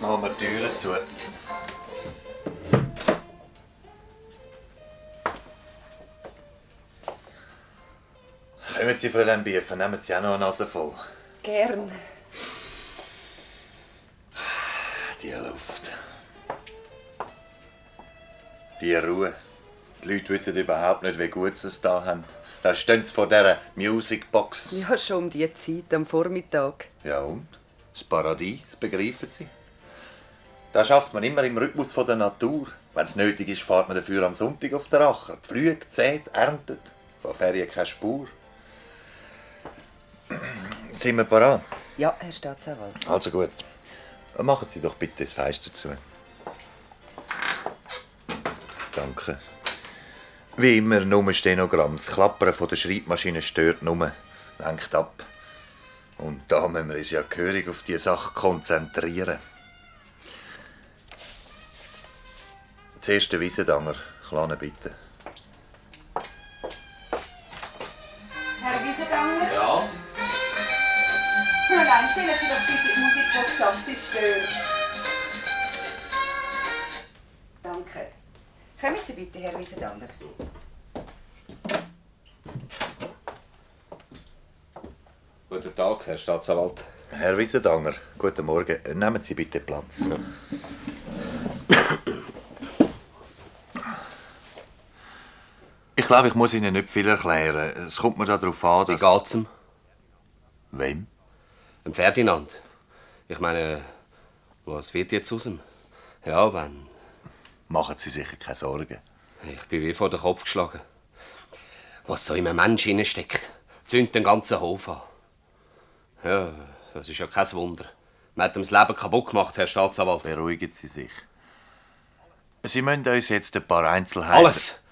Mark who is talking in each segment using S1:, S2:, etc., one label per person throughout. S1: machen wir die Türen zu. Kommen Sie, Fräulein Biefer, nehmen Sie auch noch eine Nase voll.
S2: Gern.
S1: Die Luft. Die Ruhe. Die Leute wissen überhaupt nicht, wie gut sie es da haben. Da stehen sie vor dieser Musicbox.
S2: Ja, schon um die Zeit am Vormittag.
S1: Ja und? Das Paradies, begreifen Sie? Da schafft man immer im Rhythmus von der Natur. Wenn es nötig ist, fährt man dafür am Sonntag auf den Acher. Pflügt, zählt, erntet. Von Ferien keine Spur. Sind wir parat?
S2: Ja, Herr Staatsanwalt.
S1: Also gut. Machen Sie doch bitte das Fenster zu. Danke. Wie immer nur Stenogramm. Das Klappern von der Schreibmaschine stört nur. Lenkt ab. Und da müssen wir uns ja gehörig auf die Sache konzentrieren. Zuerst der Wiesendanger. Kleine bitte.
S3: Herr Wiesendanger,
S4: Ja,
S3: Fräulein, spielen Sie doch bitte die Musik, die gesagt sie stört. Danke. Kommen Sie bitte, Herr Wiesendanger.
S4: guten Tag, Herr Staatsanwalt.
S1: Herr Wiesendanger, guten Morgen. Nehmen Sie bitte Platz. Ich glaube, ich muss Ihnen nicht viel erklären. Es kommt mir darauf an,
S4: Wie
S1: dass...
S4: geht's ihm?
S1: Wem?
S4: Dem Ferdinand. Ich meine, was wird jetzt aus ihm? Ja, wenn.
S1: Machen Sie sicher keine Sorgen.
S4: Ich bin wie vor den Kopf geschlagen. Was so in einem Menschen steckt, zündet den ganzen Hof an. Ja, das ist ja kein Wunder. Man hat ihm das Leben kaputt gemacht, Herr Staatsanwalt.
S1: Beruhigen Sie sich. Sie müssen uns jetzt ein paar Einzelheiten...
S4: Alles,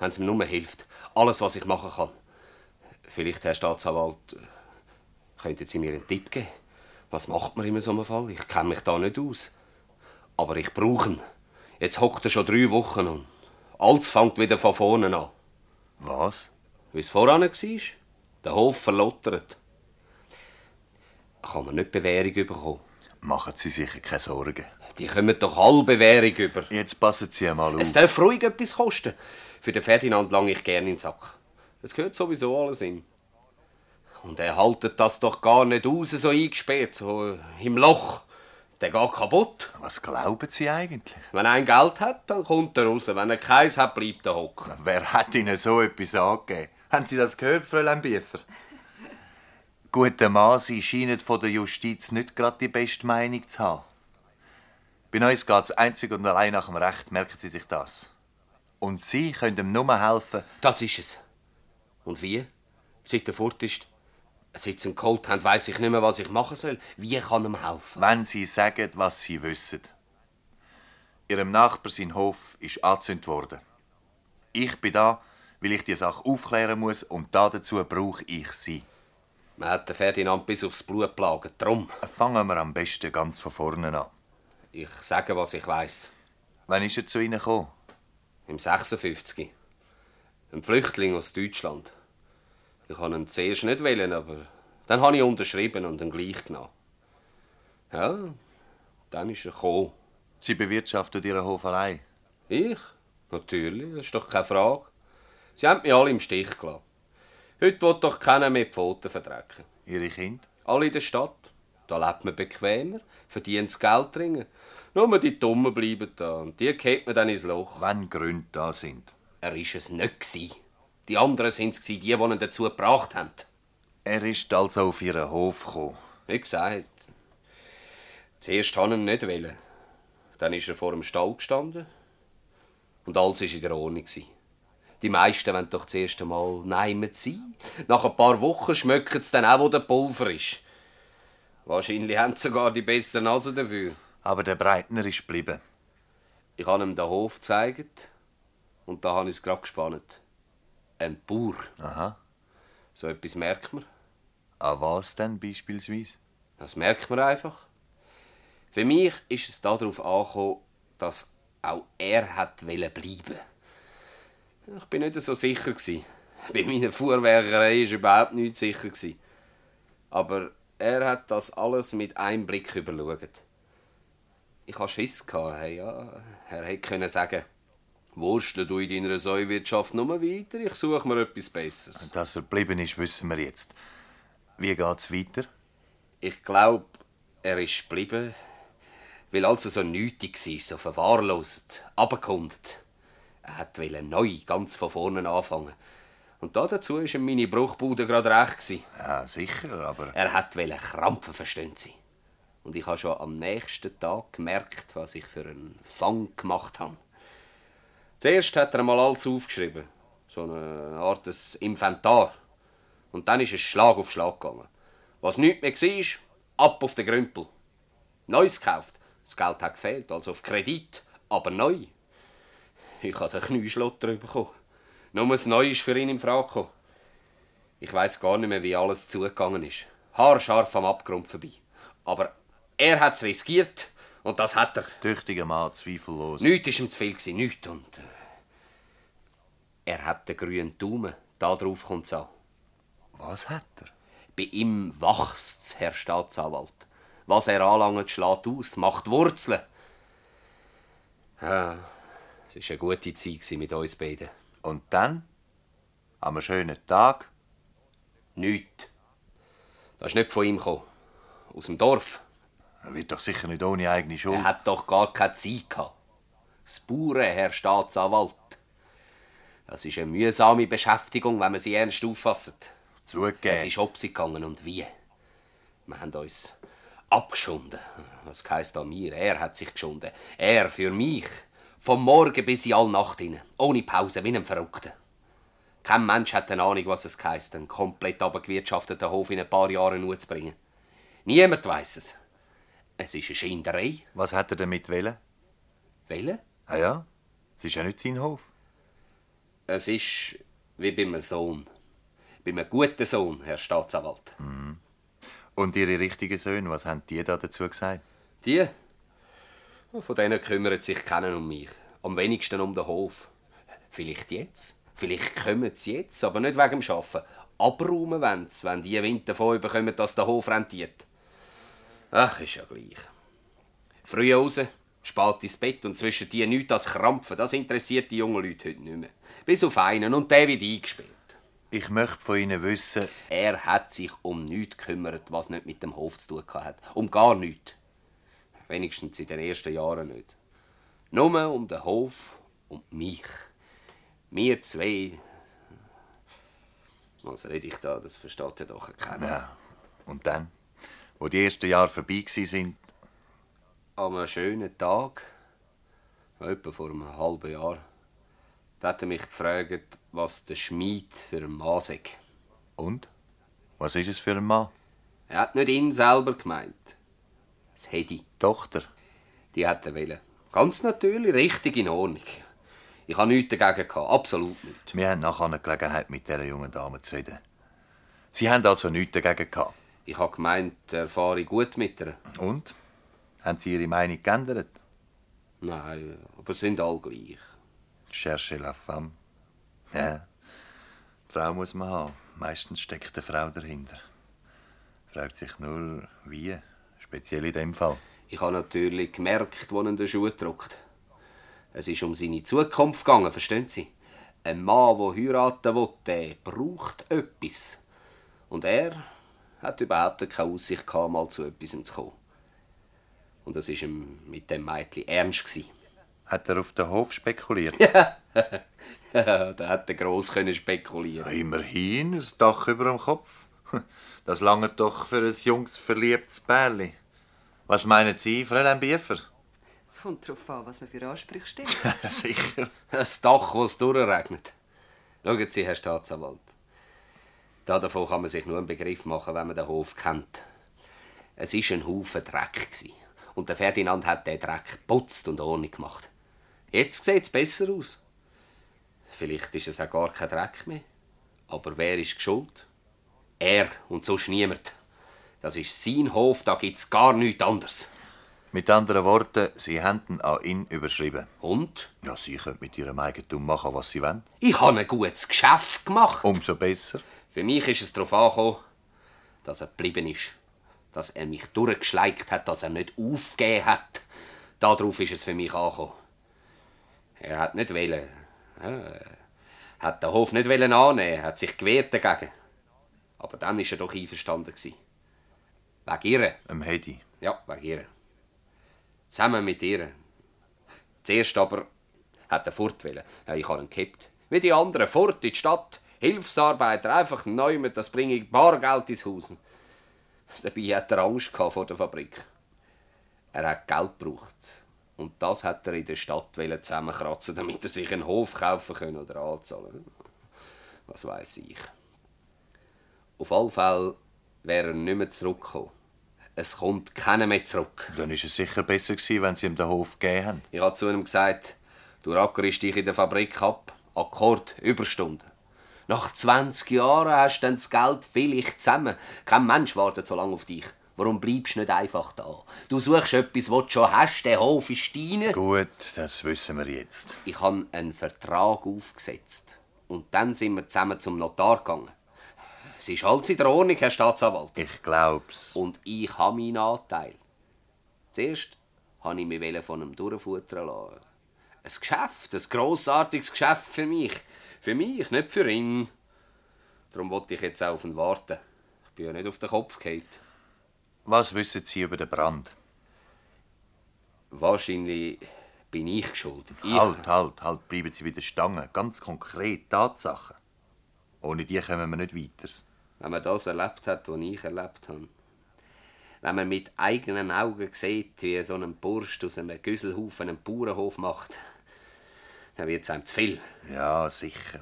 S4: wenn es mir nur hilft. Alles, was ich machen kann. Vielleicht, Herr Staatsanwalt, könnten Sie mir einen Tipp geben? Was macht man in so einem Fall? Ich kenne mich da nicht aus. Aber ich brauche ihn. Jetzt hockt er schon drei Wochen und alles fängt wieder von vorne an.
S1: Was?
S4: Wie es voran war, der Hof verlottert. Kann man nicht Bewährung bekommen.
S1: Machen Sie sicher keine Sorgen.
S4: Die kommen doch alle Bewährung über.
S1: Jetzt passen Sie einmal auf.
S4: Es darf ruhig etwas kosten. Für den Ferdinand lang ich gerne in den Sack. Es gehört sowieso alles in. Und er haltet das doch gar nicht raus, so eingesperrt, so im Loch. Der geht kaputt.
S1: Was glauben Sie eigentlich?
S4: Wenn ein Geld hat, dann kommt er raus. Wenn er keins hat, bleibt er hocken.
S1: Wer hat Ihnen so etwas angegeben? Haben Sie das gehört, Fräulein Biefer? Guter Mann, Sie scheinen von der Justiz nicht gerade die beste Meinung zu haben. Bei uns geht es einzig und allein nach dem Recht, merken Sie sich das. Und Sie können ihm nur helfen,
S4: Das ist es. Und wie? Seit er fort ist, seit sie ihn geholt haben, weiss ich nicht mehr, was ich machen soll. Wie kann ihm helfen?
S1: wenn Sie sagen, was Sie wissen. Ihrem Nachbar sein Hof ist angezündet worden. Ich bin da, weil ich die Sache aufklären muss und dazu brauche ich Sie.
S4: Man hat den Ferdinand bis aufs Blut plagen. Drum.
S1: Fangen wir am besten ganz von vorne an.
S4: Ich sage, was ich weiß.
S1: Wann ist er zu Ihnen gekommen?
S4: Im 56. Ein Flüchtling aus Deutschland. Ich wollte ihn zuerst nicht, wollen, aber dann habe ich unterschrieben und ihn gleich genommen. Ja, dann ist er gekommen.
S1: Sie bewirtschaftet Ihren Hof allein.
S4: Ich? Natürlich, das ist doch keine Frage. Sie haben mich alle im Stich gelassen. Heute will doch keiner mehr die Pfoten verdrecken.
S1: Ihre Kinder?
S4: Alle in der Stadt. Da lebt man bequemer, verdient das Geld dringend. Nur die Dummen bleiben da und die geht man dann ins Loch.
S1: Wenn Gründe da sind.
S4: Er war es nicht. gsi. Die anderen waren es, die, die ihn dazu gebracht haben.
S1: Er ist also auf Ihren Hof gekommen.
S4: Wie gesagt, zuerst wollte ich ihn nicht. Wollen. Dann ist er vor dem Stall gestanden und alles war in der Ordnung. gsi. Die meisten wollen doch das erste Mal nein sein. Nach ein paar Wochen schmecken sie dann auch, wo der Pulver ist. Wahrscheinlich haben sie sogar die bessere Nase dafür.
S1: Aber der Breitner ist geblieben.
S4: Ich habe ihm den Hof gezeigt und da habe ich es gerade gespannt. Ein Bauer.
S1: Aha.
S4: So etwas merkt man.
S1: An was denn beispielsweise?
S4: Das merkt man einfach. Für mich ist es darauf angekommen, dass auch er hat wollen bleiben. Ich bin nicht so sicher gsi. Bei meiner Fuhrwerkerei ist überhaupt nicht sicher gsi. Aber er hat das alles mit einem Blick überschaut. Ich hatte Schiss. gehabt, Hey, ja. Er hätte können sagen «Wurstel du in deiner Säuwirtschaft nur weiter, ich suche mir etwas Besseres.»
S1: Dass er geblieben ist, wissen wir jetzt. Wie geht's weiter?
S4: Ich glaube, er ist geblieben, weil als er so nötig war, so verwahrloset, abgekundet. Er hat wollte neu, ganz von vorne anfangen. Und da dazu war ihm meine Bruchbude gerade recht. Gewesen.
S1: Ja, sicher, aber.
S4: Er hat wollte krampfen, verstehen Sie. Und ich habe schon am nächsten Tag gemerkt, was ich für einen Fang gemacht habe. Zuerst hat er einmal alles aufgeschrieben. So eine Art des Inventar. Und dann ist es Schlag auf Schlag gegangen. Was nichts mehr war, ab auf den Grümpel. Neues gekauft. Das Geld hat gefehlt, also auf Kredit, aber neu. Ich habe den Knieschlotter bekommen. Nur das Neue ist für ihn in Frage gekommen. Ich weiß gar nicht mehr, wie alles zugegangen ist. Haarscharf am Abgrund vorbei. Aber er hat es riskiert und das hat er.
S1: Tüchtiger Mann, zweifellos.
S4: Nichts war ihm zu viel, gewesen, nichts. Und, äh, er hat den grünen Daumen, da drauf kommt es an.
S1: Was hat er?
S4: Bei ihm wachst's, Herr Staatsanwalt. Was er anlangt, schlägt aus, macht Wurzeln. Ja, es war eine gute Zeit gewesen mit uns beiden.
S1: Und dann? Am schönen Tag?
S4: Nichts. Das ist nicht von ihm gekommen. Aus dem Dorf.
S1: Er wird doch sicher nicht ohne eigene Schuld.
S4: Er hat doch gar keine Zeit gehabt. Das Bauern, Herr Staatsanwalt. Das ist eine mühsame Beschäftigung, wenn man sie ernst auffasst.
S1: Zugegeben.
S4: Es ist ob sie gegangen und wie. Wir haben uns abgeschunden. Was heisst an mir? Er hat sich geschunden. Er für mich. Vom Morgen bis in alle Nacht hinein. Ohne Pause, wie ein Verrückter. Kein Mensch hat eine Ahnung, was es heisst, einen komplett abgewirtschafteten Hof in ein paar Jahren nur zu bringen. Niemand weiß es. Es ist eine Schinderei.
S1: Was hat er damit wollen?
S4: Welche?
S1: Ah ja, es ist ja nicht sein Hof.
S4: Es ist wie bei einem Sohn. Bei einem guten Sohn, Herr Staatsanwalt.
S1: Und ihre richtigen Söhne, was haben die da dazu gesagt?
S4: Die? Von denen kümmert sich keiner um mich. Am wenigsten um den Hof. Vielleicht jetzt. Vielleicht kommen sie jetzt, aber nicht wegen dem Arbeiten. Abräumen wollen sie, wenn die Wind davon bekommen, dass der Hof rentiert. Ach, ist ja gleich. Früh raus, spät ins Bett und zwischen die nichts als Krampfen. Das interessiert die jungen Leute heute nicht mehr. Bis auf einen und der wird eingespielt.
S1: Ich möchte von ihnen wissen,
S4: Er hat sich um nichts gekümmert, was nicht mit dem Hof zu tun hat. Um gar nichts. Wenigstens in den ersten Jahren nicht. Nur um den Hof und mich. Wir zwei. Was rede ich da? Das versteht ja doch keiner.
S1: Ja, und dann? Wo die ersten Jahre vorbei waren, sind,
S4: An einem schönen Tag, etwa vor einem halben Jahr, da hat er mich gefragt, was der Schmied für ein Mann sei.
S1: und? Was ist es für ein Mann?
S4: Er hat nicht ihn selber gemeint. Das Hedi.
S1: Tochter.
S4: Die hat er wollen. Ganz natürlich, richtig in Ordnung. Ich habe nichts dagegen gehabt, absolut nicht.
S1: Wir haben nachher eine Gelegenheit, mit dieser jungen Dame zu reden. Sie haben also nichts dagegen gehabt.
S4: Ich habe gemeint, er fahre gut mit ihr.
S1: Und? Haben Sie Ihre Meinung geändert?
S4: Nein, aber sind alle gleich.
S1: Cherchez la femme. Ja. Die Frau muss man haben. Meistens steckt eine Frau dahinter. Fragt sich nur, wie. Speziell in dem Fall.
S4: Ich habe natürlich gemerkt, wo er den Schuh drückt. Es ist um seine Zukunft gegangen, verstehen Sie? Ein Mann, der heiraten will, der braucht etwas. Und er hat überhaupt keine Aussicht gehabt, mal zu etwas zu kommen. Und das war ihm mit dem Mädchen ernst. Gewesen.
S1: Hat er auf den Hof spekuliert?
S4: da hat er gross können spekulieren.
S1: Immerhin, ein Dach über dem Kopf. Das lange doch für ein junges, verliebtes Pärli. Was meinen Sie, Fräulein Biefer?
S2: Es kommt darauf an, was man für Ansprüche stellt.
S1: Sicher.
S4: Ein Dach, das durchregnet. Schauen Sie, Herr Staatsanwalt. Da davon kann man sich nur einen Begriff machen, wenn man den Hof kennt. Es war ein Haufen Dreck. gsi Und der Ferdinand hat den Dreck geputzt und ordentlich gemacht. Jetzt sieht es besser aus. Vielleicht ist es auch gar kein Dreck mehr. Aber wer ist schuld? Er und sonst niemand. Das ist sein Hof, da gibt es gar nichts anderes.
S1: Mit anderen Worten, Sie haben ihn an ihn überschrieben.
S4: Und?
S1: Ja, Sie können mit Ihrem Eigentum machen, was Sie wollen.
S4: Ich habe ein gutes Geschäft gemacht.
S1: Umso besser.
S4: Für mich ist es darauf angekommen, dass er geblieben ist. Dass er mich durchgeschleicht hat, dass er nicht aufgegeben hat. Darauf ist es für mich angekommen. Er hat nicht wollen. äh, Hat den Hof nicht wollen annehmen, hat sich gewehrt dagegen. Aber dann ist er doch einverstanden gewesen. Wegen ihr.
S1: Am Ähm, Hedi.
S4: Ja, wegen ihr. Zusammen mit ihr. Zuerst aber hat er fortwillen. Ja, ich habe ihn gekippt. Wie die anderen, fort in die Stadt. Hilfsarbeiter, einfach neu mit, das bringe ich Bargeld ins Haus. Dabei hat er Angst gehabt vor der Fabrik. Er hat Geld gebraucht. Und das hat er in der Stadt wollen zusammenkratzen, damit er sich einen Hof kaufen können oder anzahlen. Was weiß ich. Auf alle Fälle wäre er nicht mehr zurückgekommen. Es kommt keiner mehr zurück.
S1: Dann ist es sicher besser gewesen, wenn sie ihm den Hof gegeben haben.
S4: Ich habe zu ihm gesagt, du rackerst dich in der Fabrik ab. Akkord, Überstunden. Nach 20 Jahren hast du dann das Geld vielleicht zusammen. Kein Mensch wartet so lange auf dich. Warum bleibst du nicht einfach da? Du suchst etwas, was du schon hast. Der Hof ist deiner.
S1: Gut, das wissen wir jetzt.
S4: Ich habe einen Vertrag aufgesetzt. Und dann sind wir zusammen zum Notar gegangen. Es ist alles in der Ordnung, Herr Staatsanwalt.
S1: Ich glaub's.
S4: Und ich habe meinen Anteil. Zuerst wollte ich mich von ihm durchfuttern lassen. Ein Geschäft, ein grossartiges Geschäft für mich. Für mich, nicht für ihn. Darum wollte ich jetzt auch auf ihn warten. Ich bin ja nicht auf den Kopf gefallen.
S1: Was wissen Sie über den Brand?
S4: Wahrscheinlich bin ich geschuldet. Ich,
S1: Halt, halt, halt, bleiben Sie wieder Stangen. Ganz konkret, Tatsachen. Ohne die kommen wir nicht weiter.
S4: wenn man das erlebt hat, was ich erlebt habe. Wenn man mit eigenen Augen sieht, wie so ein Bursch aus einem Güsselhaufen einen Bauernhof macht, dann wird es einem zu viel.
S1: Ja, sicher.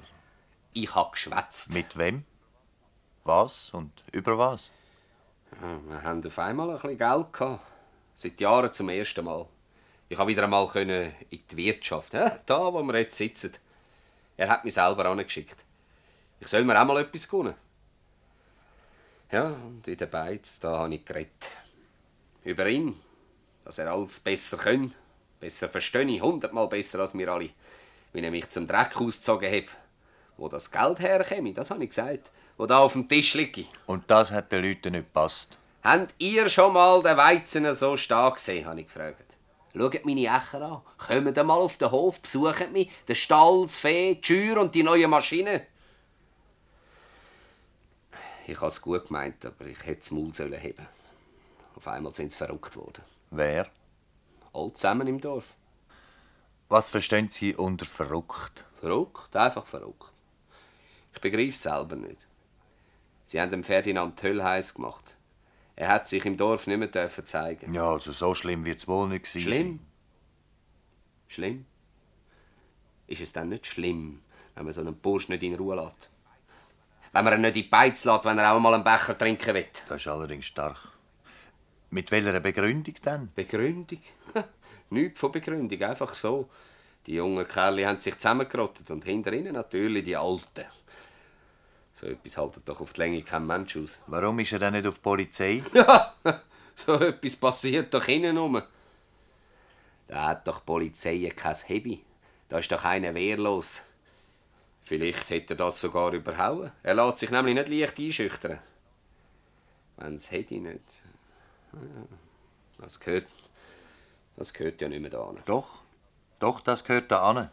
S4: Ich habe geschwätzt.
S1: Mit wem? Was und über was?
S4: Ja, Wir haben auf einmal ein bisschen Geld gehabt. Seit Jahren zum ersten Mal. Ich konnte wieder einmal können in die Wirtschaft. Ja, da, wo wir jetzt sitzen. Er hat mich selber angeschickt. Ich soll mir auch mal etwas gönnen. Ja, und in den Beiz, da habe ich geredet. Über ihn. Dass er alles besser kann. Besser verstehe ich. Hundertmal besser als wir alle. Wenn er mich zum Dreck ausgezogen hat. Wo das Geld herkäme, das habe ich gesagt. Wo da auf dem Tisch liegt.
S1: Und das hat den Leuten nicht gepasst.
S4: Habt ihr schon mal den Weizen so stark gesehen, habe ich gefragt. Schaut meine Ächer an. Kommt mal auf den Hof, besucht mich. Den Stall, das Fee, die Schür und die neue Maschine. Ich habe es gut gemeint, aber ich hätte das Maul sollen heben. Auf einmal sind sie verrückt worden.
S1: Wer?
S4: All zusammen im Dorf.
S1: Was verstehen Sie unter verrückt?
S4: Verrückt, einfach verrückt. Ich begreife es selber nicht. Sie haben dem Ferdinand die Hölle heiß gemacht. Er hat sich im Dorf nicht mehr dürfen zeigen.
S1: Ja, also so schlimm wird's wohl nicht gewesen
S4: Schlimm?
S1: sein.
S4: Schlimm? Ist es dann nicht schlimm, wenn man so einen Bursch nicht in Ruhe lässt? Wenn man ihn nicht in die Beiz lässt, wenn er auch mal einen Becher trinken will?
S1: Das ist allerdings stark. Mit welcher Begründung denn?
S4: Begründung? Nichts von Begründung, einfach so. Die jungen Kerle haben sich zusammengerottet und hinter ihnen natürlich die Alten. So etwas haltet doch auf die Länge kein Mensch aus.
S1: Warum ist er denn nicht auf die Polizei?
S4: Ja, so etwas passiert doch innen rum. Da hat doch die Polizei kein Hebi. Da ist doch einer wehrlos. Vielleicht hätte er das sogar überhauen. Er lässt sich nämlich nicht leicht einschüchtern. Wenn's hätte ich nicht. Ja, Das gehört, das gehört ja nicht mehr da.
S1: Doch, doch, das gehört da an.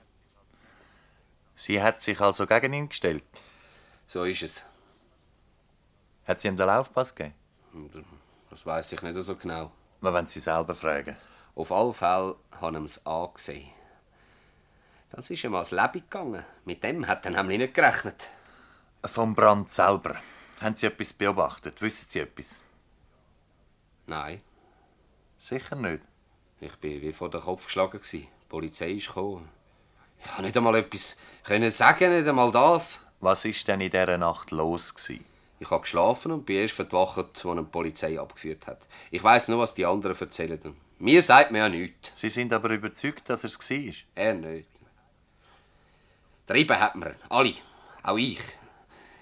S1: Sie hat sich also gegen ihn gestellt.
S4: So ist es.
S1: Hat sie ihm den Laufpass gegeben?
S4: Das weiß ich nicht so genau.
S1: Man wenn sie selber fragen.
S4: Auf alle Fälle habe ich es angesehen. Das ist ihm ans Leben gegangen. Mit dem hat er nämlich nicht gerechnet.
S1: Vom Brand selber. Haben Sie etwas beobachtet? Wissen Sie etwas?
S4: Nein,
S1: Sicher nicht.
S4: ich bin wie vor den Kopf geschlagen. gsi. Die Polizei ist gekommen. Ich kann nicht einmal etwas können sagen, nicht einmal das.
S1: Was ist denn in dieser Nacht los? Gewesen?
S4: Ich habe geschlafen und bin erst verwacht, als eine Polizei abgeführt hat. Ich weiß nur, was die anderen erzählen. Mir sagt mir ja nichts.
S1: Sie sind aber überzeugt, dass es war.
S4: Er nicht. Treiben hat man, alle. Auch ich.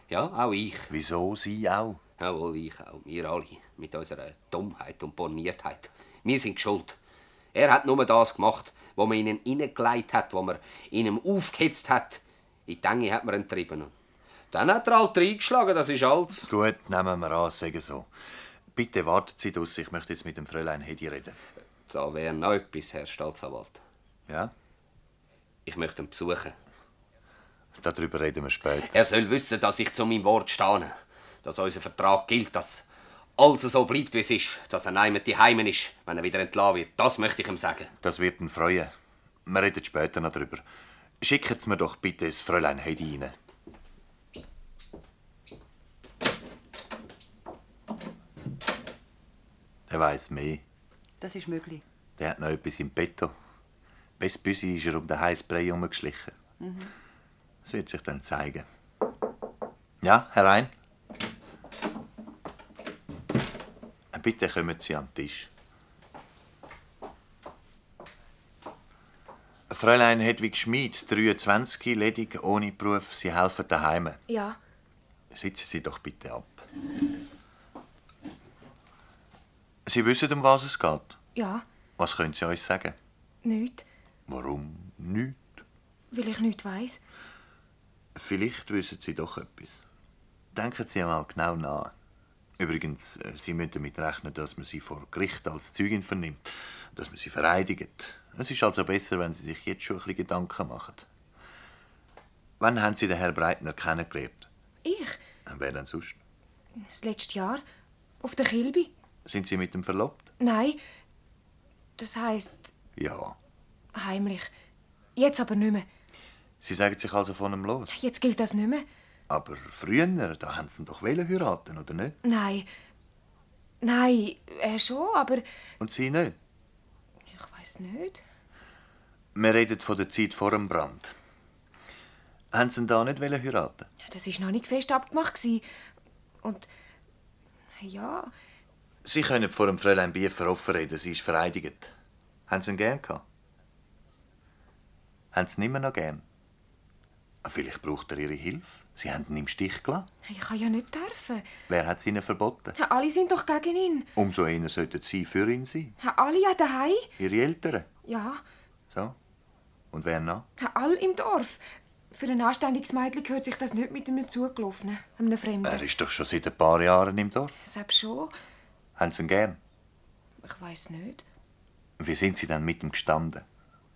S4: Ja, auch ich.
S1: Wieso Sie auch?
S4: Jawohl, ich auch. Wir alle. Mit unserer Dummheit und Borniertheit. Wir sind schuld. Er hat nur das gemacht, was man ihnen reingelegt hat, was man ihnen aufgehetzt hat. In die Enge hat man ihn getrieben. Dann hat er halt reingeschlagen, das ist alles.
S1: Gut, nehmen wir an, es sei so. Bitte warten Sie draus, ich möchte jetzt mit dem Fräulein Hedi reden.
S4: Da wäre noch etwas, Herr Staatsanwalt.
S1: Ja,
S4: Ich möchte ihn besuchen.
S1: darüber reden wir später.
S4: Er soll wissen, dass ich zu meinem Wort stehe. Dass unser Vertrag gilt, dass alles so bleibt, wie es ist. Dass er nein die Heimen ist, wenn er wieder entlassen wird. Das möchte ich ihm sagen.
S1: Das wird ihn freuen. Wir reden später noch darüber. Schicken Sie mir doch bitte das Fräulein Heidi rein. Er weiß mehr.
S2: Das ist möglich.
S1: Der hat noch etwas im Petto. Bis Büsi ist er um den heißen Brei herumgeschlichen. Das wird sich dann zeigen. Ja, herein. Äh, Bitte kommen Sie an den Tisch. Fräulein Hedwig Schmid, 23, ledig, ohne Beruf. Sie helfen daheim.
S5: Ja,
S1: Sitzen Sie doch bitte ab. Sie wissen, um was es geht.
S5: ja,
S1: Was können Sie uns sagen?
S5: nicht,
S1: Warum nicht?
S5: weil ich nicht weiß.
S1: Vielleicht wissen Sie doch etwas. Denken Sie einmal genau nach. Übrigens, äh, Sie müssen damit rechnen, dass man Sie vor Gericht als Zeugin vernimmt, dass man Sie vereidigt. Es ist also besser, wenn Sie sich jetzt schon ein bisschen Gedanken machen. Wann haben Sie den Herrn Breitner kennengelernt?
S5: Ich,
S1: Und Wer denn sonst?
S5: das letzte Jahr, auf der Kilbi.
S1: Sind Sie mit ihm verlobt?
S5: Nein, das heißt
S1: Ja.
S5: heimlich. Jetzt aber nicht mehr.
S1: Sie sagen sich also von ihm los.
S5: Jetzt gilt das nicht mehr.
S1: Aber früher, da haben Sie ihn doch wollen heiraten, oder nicht?
S5: Nein, nein, er schon, aber
S1: Und Sie nicht?
S5: ich weiß nicht.
S1: Wir reden von der Zeit vor dem Brand. Haben Sie ihn da nicht wollen heiraten?
S5: Ja, Das ist noch nicht fest abgemacht gsi. Und ja,
S1: Sie können vor dem Fräulein Biefer offen reden, sie ist vereidigt. Haben Sie ihn gern gehabt? Haben Sie ihn immer noch gern? Ah, Vielleicht braucht er Ihre Hilfe. Sie haben ihn im Stich gelassen.
S5: ich kann ja nicht dürfen.
S1: Wer hat es Ihnen verboten?
S5: Ja, Alle sind doch gegen ihn.
S1: Umso eher sollten Sie für ihn sein.
S5: Ja, Alle an daheim.
S1: Ihre Eltern.
S5: Ja,
S1: So. Und wer noch?
S5: ja, all im Dorf. Für ein anständiges Mädchen gehört sich das nicht mit einem Zugelaufenen, einem Fremden.
S1: Er ist doch schon seit ein paar Jahren im Dorf.
S5: Selbst schon.
S1: Haben Sie ihn gern?
S5: Ich weiß nicht.
S1: Wie sind Sie dann mit ihm gestanden?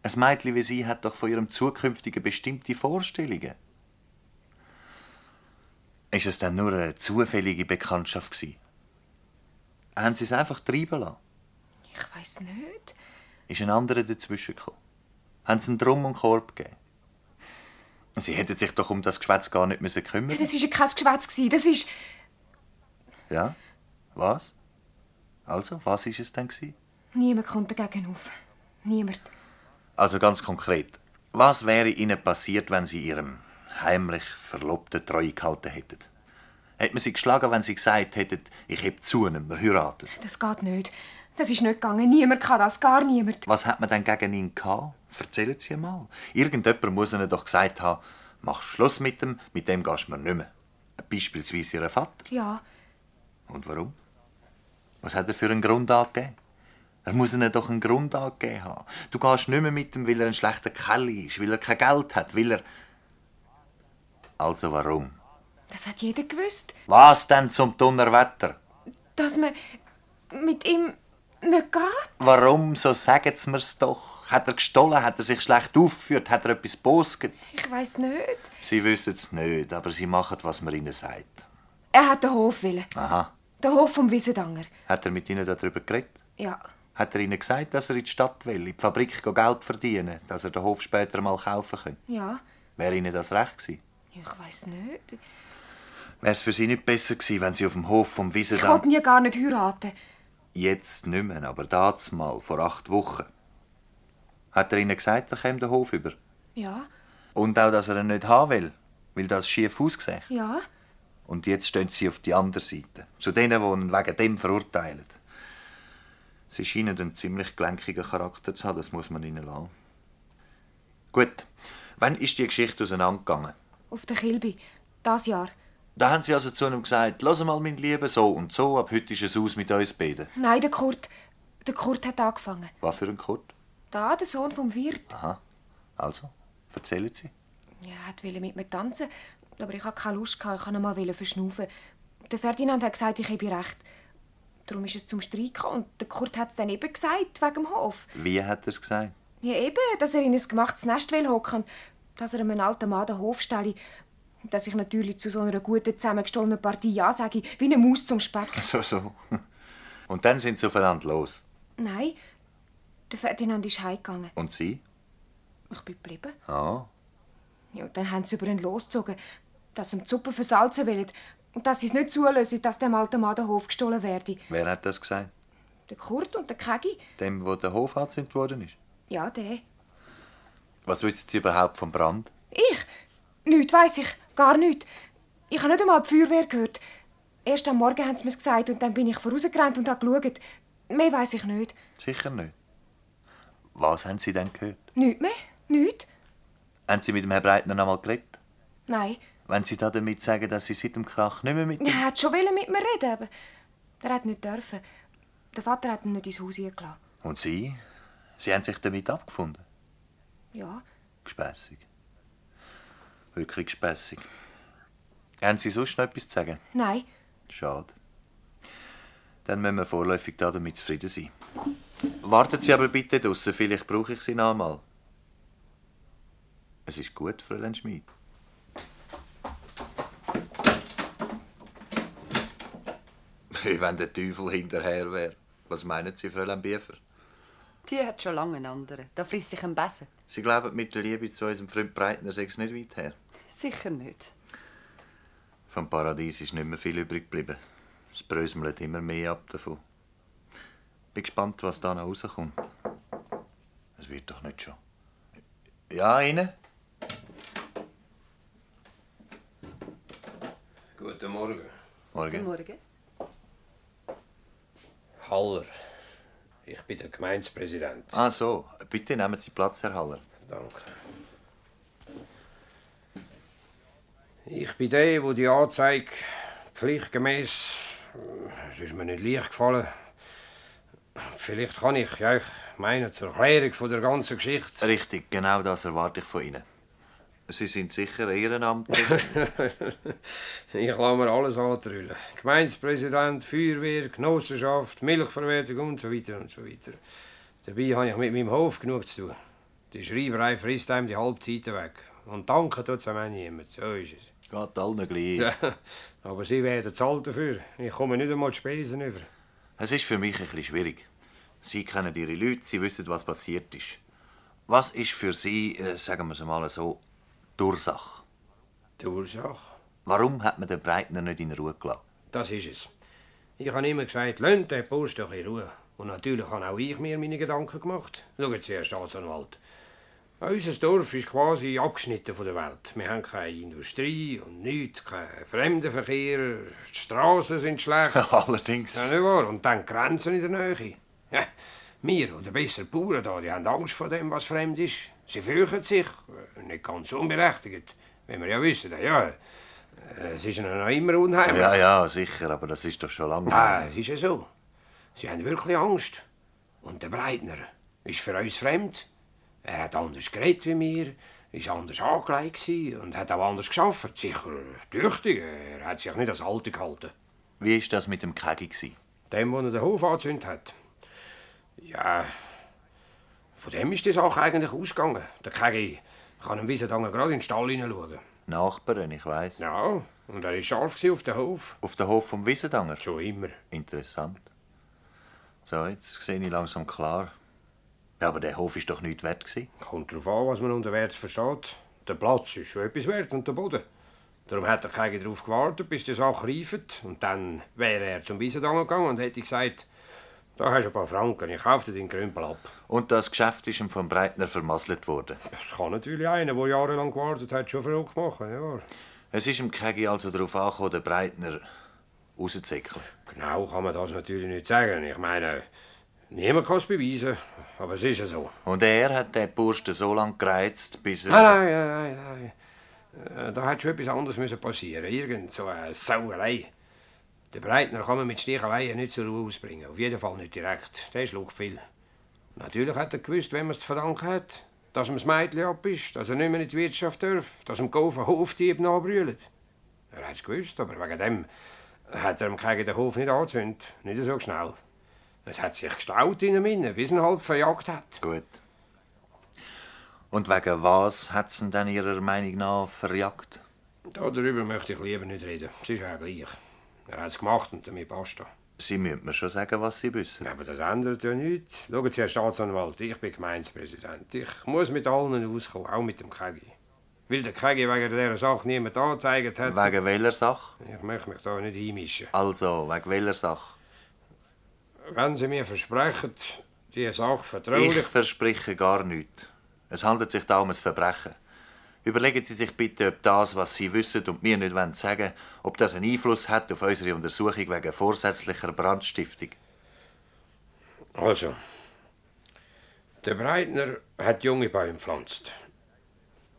S1: Ein Mädchen wie Sie hat doch von ihrem Zukünftigen bestimmte Vorstellungen. Ist es dann nur eine zufällige Bekanntschaft gewesen? Haben Sie es einfach treiben lassen?
S5: Ich weiß nicht.
S1: Ist ein anderer dazwischen gekommen? Haben Sie einen Drum und Korb gegeben? Sie hätten sich doch um das Geschwätz gar nicht müssen kümmern
S5: Ja, Das war ja kein Geschwätz. gsi. Das ist.
S1: Ja? Was? Also, was ist es denn gewesen?
S5: Niemand kommt dagegen auf. Niemand.
S1: Also ganz konkret, was wäre Ihnen passiert, wenn Sie Ihrem heimlich Verlobten treu gehalten hätten? Hätte man Sie geschlagen, wenn Sie gesagt hätten, ich habe zu einem, wir heiraten?
S5: Das geht nicht. Das ist nicht gegangen. Niemand kann das. Gar niemand.
S1: Was hat man denn gegen ihn gehabt? Erzählen Sie mal. Irgendjemand muss Ihnen doch gesagt haben, mach Schluss mit dem, mit dem gehst du mir nicht mehr. Beispielsweise Ihren Vater.
S5: Ja,
S1: Und warum? Was hat er für einen Grund angegeben? Er muss ihnen doch einen Grund angegeben haben. Du gehst nicht mehr mit ihm, weil er ein schlechter Kelly ist, weil er kein Geld hat, weil er... Also warum?
S5: das hat jeder gewusst.
S1: Was denn zum Donnerwetter?
S5: dass man mit ihm nicht geht.
S1: Warum, so sagen sie mir's doch. Hat er gestohlen? Hat er sich schlecht aufgeführt? Hat er etwas bosget?
S5: Ich weiß nicht.
S1: Sie wissen es nicht, aber sie machen, was man ihnen sagt.
S5: Er hat den Hof willen.
S1: Aha.
S5: Den Hof vom Wiesendanger.
S1: Hat er mit ihnen darüber geredet?
S5: Ja.
S1: Hat er ihnen gesagt, dass er in die Stadt will, in die Fabrik go Geld verdienen, dass er den Hof später mal kaufen könnte?
S5: Ja.
S1: Wäre ihnen das recht gewesen?
S5: Ich weiß nicht.
S1: Wäre es für sie nicht besser gewesen, wenn sie auf dem Hof vom
S5: Ich
S1: Wiesendamm...
S5: wollte ihn ja gar nicht heiraten.
S1: Jetzt nicht mehr, aber damals mal, vor acht Wochen. Hat er ihnen gesagt, er käme den Hof über?
S5: Ja.
S1: Und auch, dass er ihn nicht haben will, weil das schief ausgesehen.
S5: Ja.
S1: Und jetzt stehen sie auf die andere Seite, zu denen, die ihn wegen dem verurteilen. Sie scheinen einen ziemlich gelenkigen Charakter zu haben, das muss man ihnen lassen. Gut, wann ist die Geschichte auseinandergegangen?
S5: Auf der Kilbi. Das Jahr.
S1: Da haben sie also zu ihm gesagt, «Lass mal, mein Lieber, so und so, ab heute ist es aus mit uns beiden.»
S5: Nein, der Kurt. Der Kurt hat angefangen.
S1: Was für ein Kurt?
S5: Da, der Sohn vom Wirt.
S1: Aha. Also, erzählen Sie.
S5: Er hat wollte mit mir tanzen, aber ich hatte keine Lust. gehabt. Ich wollte ihn mal verschnaufen. Der Ferdinand hat gesagt, ich habe recht. Darum ist es zum Streit gekommen. Und der Kurt hat es dann eben gesagt, wegen dem Hof.
S1: Wie hat er es gesagt?
S5: Ja, eben, dass er in ein gemachtes Nest will hocken, dass er einem alten Mann den Hof stelle. Und Dass ich natürlich zu so einer guten, zusammengestohlenen Partie Ja sage, wie eine Maus zum Speck.
S1: So, so. Und dann sind sie aufeinander los.
S5: Nein, der Ferdinand ist heimgegangen.
S1: Und sie?
S5: Ich bin geblieben.
S1: Ah,
S5: Ja, und dann haben sie über ihn losgezogen, dass sie ihm die Suppe versalzen wollen und dass sie es nicht zulassen, dass dem alten Mann der Hof gestohlen werde.
S1: wer hat das gesagt?
S5: Der Kurt und der Kegi,
S1: Dem, wo der Hof angezündet worden ist?
S5: ja, der.
S1: Was wissen Sie überhaupt vom Brand?
S5: Ich? Nichts weiss ich, gar nichts. Ich habe nicht einmal die Feuerwehr gehört. Erst am Morgen haben sie mir's gesagt und dann bin ich vorausgerannt und habe geschaut. Mehr weiss ich nicht.
S1: Sicher nicht. Was haben Sie denn gehört?
S5: Nichts mehr? Nichts?
S1: Haben Sie mit dem Herrn Breitner noch mal geredet?
S5: Nein.
S1: Wenn Sie da damit sagen, dass Sie seit dem Krach nicht mehr mit...
S5: Er hat schon wollen mit mir reden, aber er hat nicht dürfen. Der Vater hat ihn nicht ins Haus eingelassen.
S1: Und Sie? Sie haben sich damit abgefunden?
S5: Ja.
S1: Gespässig. Wirklich gespässig. Haben Sie sonst noch etwas zu sagen?
S5: Nein.
S1: Schade. Dann müssen wir vorläufig da damit zufrieden sein. Warten Sie aber bitte draussen, vielleicht brauche ich Sie noch einmal. Es ist gut, Fräulein Schmid. Wie wenn der Teufel hinterher wäre. Was meinen Sie, Fräulein Biefer?
S2: Die hat schon lange einen anderen. Da frisst sich ein Besen.
S1: Sie glauben, mit der Liebe zu unserem Freund Breitner sei es nicht weit her.
S2: Sicher nicht.
S1: Vom Paradies ist nicht mehr viel übrig geblieben. Es bröselt immer mehr ab davon. Bin gespannt, was da noch rauskommt. Es wird doch nicht schon. Ja, Ihnen?
S4: Guten Morgen.
S2: Guten
S1: Morgen.
S2: Morgen.
S6: Haller. Ich bin der Gemeindepräsident.
S1: Ah, so. Bitte nehmen Sie Platz, Herr Haller.
S6: Danke. Ich bin der, der die Anzeige pflichtgemäß. Es ist mir nicht leicht gefallen. Vielleicht kann ich euch meine zur Erklärung von der ganzen Geschichte.
S1: Richtig, genau das erwarte ich von Ihnen. Sie sind sicher ehrenamtlich.
S6: ich lasse mir alles antrüllen. Gemeindepräsident, Feuerwehr, Genossenschaft, Milchverwertung und so weiter und so weiter. Dabei habe ich mit meinem Hof genug zu tun. Die Schreiberei frisst einem die Halbzeit weg. Und danke tut es am Ende niemand. So ist es.
S1: Geht allen gleich.
S6: Ja, aber sie werden zahlt dafür. Ich komme nicht einmal die Spesen über.
S1: Es ist für mich ein bisschen schwierig. Sie kennen Ihre Leute, Sie wissen, was passiert ist. Was ist für Sie, äh, sagen wir es mal so, die Ursache?
S6: Die Ursache?
S1: Warum hat man den Breitner nicht in Ruhe gelassen?
S6: Das ist es. Ich habe immer gesagt, lönt den Post doch in Ruhe. Und natürlich habe auch ich mir meine Gedanken gemacht. Schaut Sie, Herr Staatsanwalt. Unser Dorf ist quasi abgeschnitten von der Welt. Wir haben keine Industrie und nichts, keinen Fremdenverkehr, die Straßen sind schlecht. Ja,
S1: Allerdings.
S6: nicht wahr? Und dann Grenzen in der Nähe. Ja, wir, oder besser die Bauern da, die haben Angst vor dem, was fremd ist. Sie fürchten sich, äh, nicht ganz unberechtigt, wenn wir ja wissen, ja, äh, es ist ihnen noch immer unheimlich.
S1: Ja, ja, sicher, aber das ist doch schon lange.
S6: Ah, es ist ja so. Sie haben wirklich Angst. Und der Breitner ist für uns fremd. Er hat anders geredet wie wir, ist anders angelegt gsi und hat auch anders geschafft. Sicher tüchtig, er hat sich nicht als Alte gehalten.
S1: Wie ist das mit dem Kegi? gsi?
S6: Dem, der den Hof angezündet hat. Ja, von dem ist die Sache eigentlich ausgegangen. Der Kegi kann am Wiesendangen gerade in den Stall hineinschauen.
S1: Nachbarn, ich weiß.
S6: Ja, und er war scharf gsi auf den Hof.
S1: Auf den Hof vom Wiesendanger.
S6: Schon immer.
S1: Interessant. So, jetzt sehe ich langsam klar. Ja, aber der Hof ist doch nicht wert. gsi.
S6: Kommt darauf an, was man unter Wert versteht. Der Platz ist schon etwas wert und der Boden. Darum hat der Kegi darauf gewartet, bis die Sache reift. Und dann wäre er zum Wiesendangen gegangen und hätte gesagt, da hast du ein paar Franken, ich kaufe dir den Krümpel ab.
S1: Und das Geschäft ist ihm vom Breitner vermasselt worden.
S6: Das kann natürlich einer, der jahrelang gewartet hat, schon verrückt machen. Ja.
S1: Es ist im Kegi also darauf angekommen, den Breitner rauszuzickeln.
S6: Genau kann man das natürlich nicht sagen. Ich meine, niemand kann es beweisen, aber es ist ja so.
S1: Und er hat den Bursten so lange gereizt, bis er.
S6: Nein, nein, nein, nein, nein. Äh, Da hat schon etwas anderes müssen passieren. Irgend so eine Sauerei. Den Breitner kann man mit Sticheleien nicht zur Ruhe ausbringen. Auf jeden Fall nicht direkt. Der schluckt viel. Natürlich hat er gewusst, wenn man es zu verdanken hat. Dass ihm das Mädchen ab ist, dass er nicht mehr in die Wirtschaft darf, dass ihm Golf ein Hofdieb nachbrüllt. Er hat es gewusst, aber wegen dem hat er im Kegen den Hof nicht angezündet. Nicht so schnell. Es hat sich gestaut in ihm, bis ihn halb verjagt hat.
S1: Gut. Und wegen was hat sie ihn denn Ihrer Meinung nach verjagt?
S6: Darüber möchte ich lieber nicht reden. Es ist ja gleich. Er hat es gemacht und damit basta.
S1: Sie müssen mir schon sagen, was Sie wissen.
S6: Aber das ändert ja nichts. Schauen Sie, Herr Staatsanwalt, ich bin Gemeindepräsident. Ich muss mit allen auskommen, auch mit dem Kegi. Weil der Kegi wegen dieser Sache niemand angezeigt hat.
S1: Wegen welcher Sache?
S6: Ich möchte mich da nicht einmischen.
S1: Also, wegen welcher Sache?
S6: Wenn Sie mir versprechen, die Sache
S1: Ich
S6: vertraulich...
S1: verspreche gar nichts. Es handelt sich da um ein Verbrechen. Überlegen Sie sich bitte, ob das, was Sie wissen und mir nicht wollen sagen ob das einen Einfluss hat auf unsere Untersuchung wegen vorsätzlicher Brandstiftung.
S6: Also, der Breitner hat junge Bäume gepflanzt.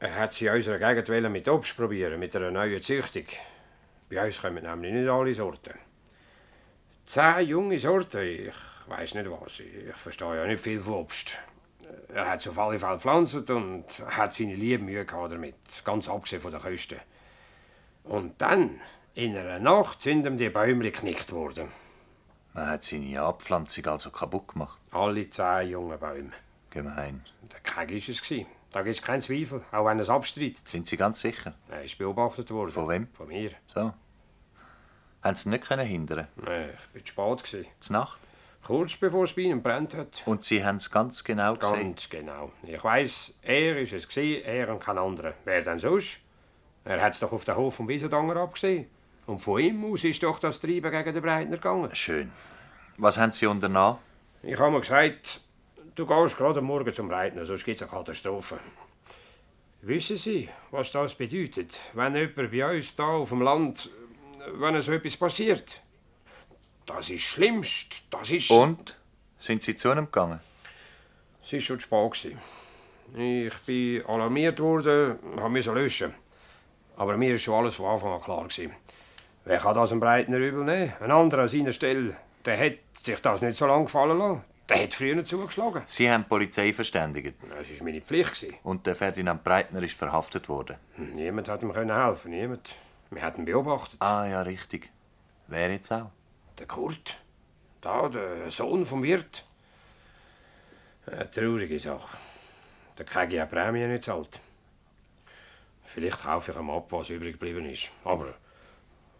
S6: Er hat sie in unserer Gegend wollen mit Obst probieren, mit einer neuen Züchtung. Bei uns kommen nämlich nicht alle Sorten. Zehn junge Sorten, ich weiß nicht was, ich verstehe ja nicht viel von Obst. Er hat sie auf alle Fälle gepflanzt und hat seine liebe Mühe gehabt damit, ganz abgesehen von den Kosten. Und dann, in einer Nacht, sind ihm die Bäume geknickt worden.
S1: Man hat seine Abpflanzung also kaputt gemacht.
S6: Alle zehn jungen Bäume.
S1: Gemein.
S6: Der Krieg ist es gewesen. Da gibt es keinen Zweifel, auch wenn er es abstreitet.
S1: Sind Sie ganz sicher?
S6: Er ist beobachtet worden.
S1: Von wem?
S6: Von mir.
S1: So. Haben Sie ihn nicht können hindern?
S6: Nein, ich bin zu spät. Gewesen.
S1: Zur Nacht?
S6: Kurz bevor es bei ihm brennt hat.
S1: Und Sie haben es ganz genau gesehen?
S6: Ganz genau. Ich weiß, er ist es gewesen, er und kein anderer. Wer denn sonst? Er hat es doch auf den Hof vom Wiesendanger abgesehen. Und von ihm aus ist doch das Treiben gegen den Breitner gegangen.
S1: Schön. Was haben Sie unternommen?
S6: Ich habe mir gesagt, du gehst gerade morgen zum Breitner, sonst gibt es eine Katastrophe. Wissen Sie, was das bedeutet, wenn jemand bei uns da auf dem Land, wenn so etwas passiert? Das ist schlimmst, das ist...
S1: Und? Sind Sie zu ihm gegangen?
S6: Es war schon zu spät. gewesen. Ich bin alarmiert worden, habe müssen löschen. Aber mir ist schon alles von Anfang an klar. Gewesen. Wer kann das einem Breitner übel nehmen? Ein anderer an seiner Stelle, der hätte sich das nicht so lange gefallen lassen. Der hätte früher zugeschlagen.
S1: Sie haben die Polizei verständigt.
S6: Das war meine Pflicht. Gewesen.
S1: Und der Ferdinand Breitner ist verhaftet worden.
S6: Niemand hat ihm können helfen, niemand. Wir hatten beobachtet.
S1: Ah ja, richtig. Wer jetzt auch?
S6: Der Kurt, da, der Sohn vom Wirt. Eh, Eine traurige Sache. Der kriege ich Prämie nicht zahlt. Vielleicht kaufe ich ihm ab, was übrig geblieben ist. Aber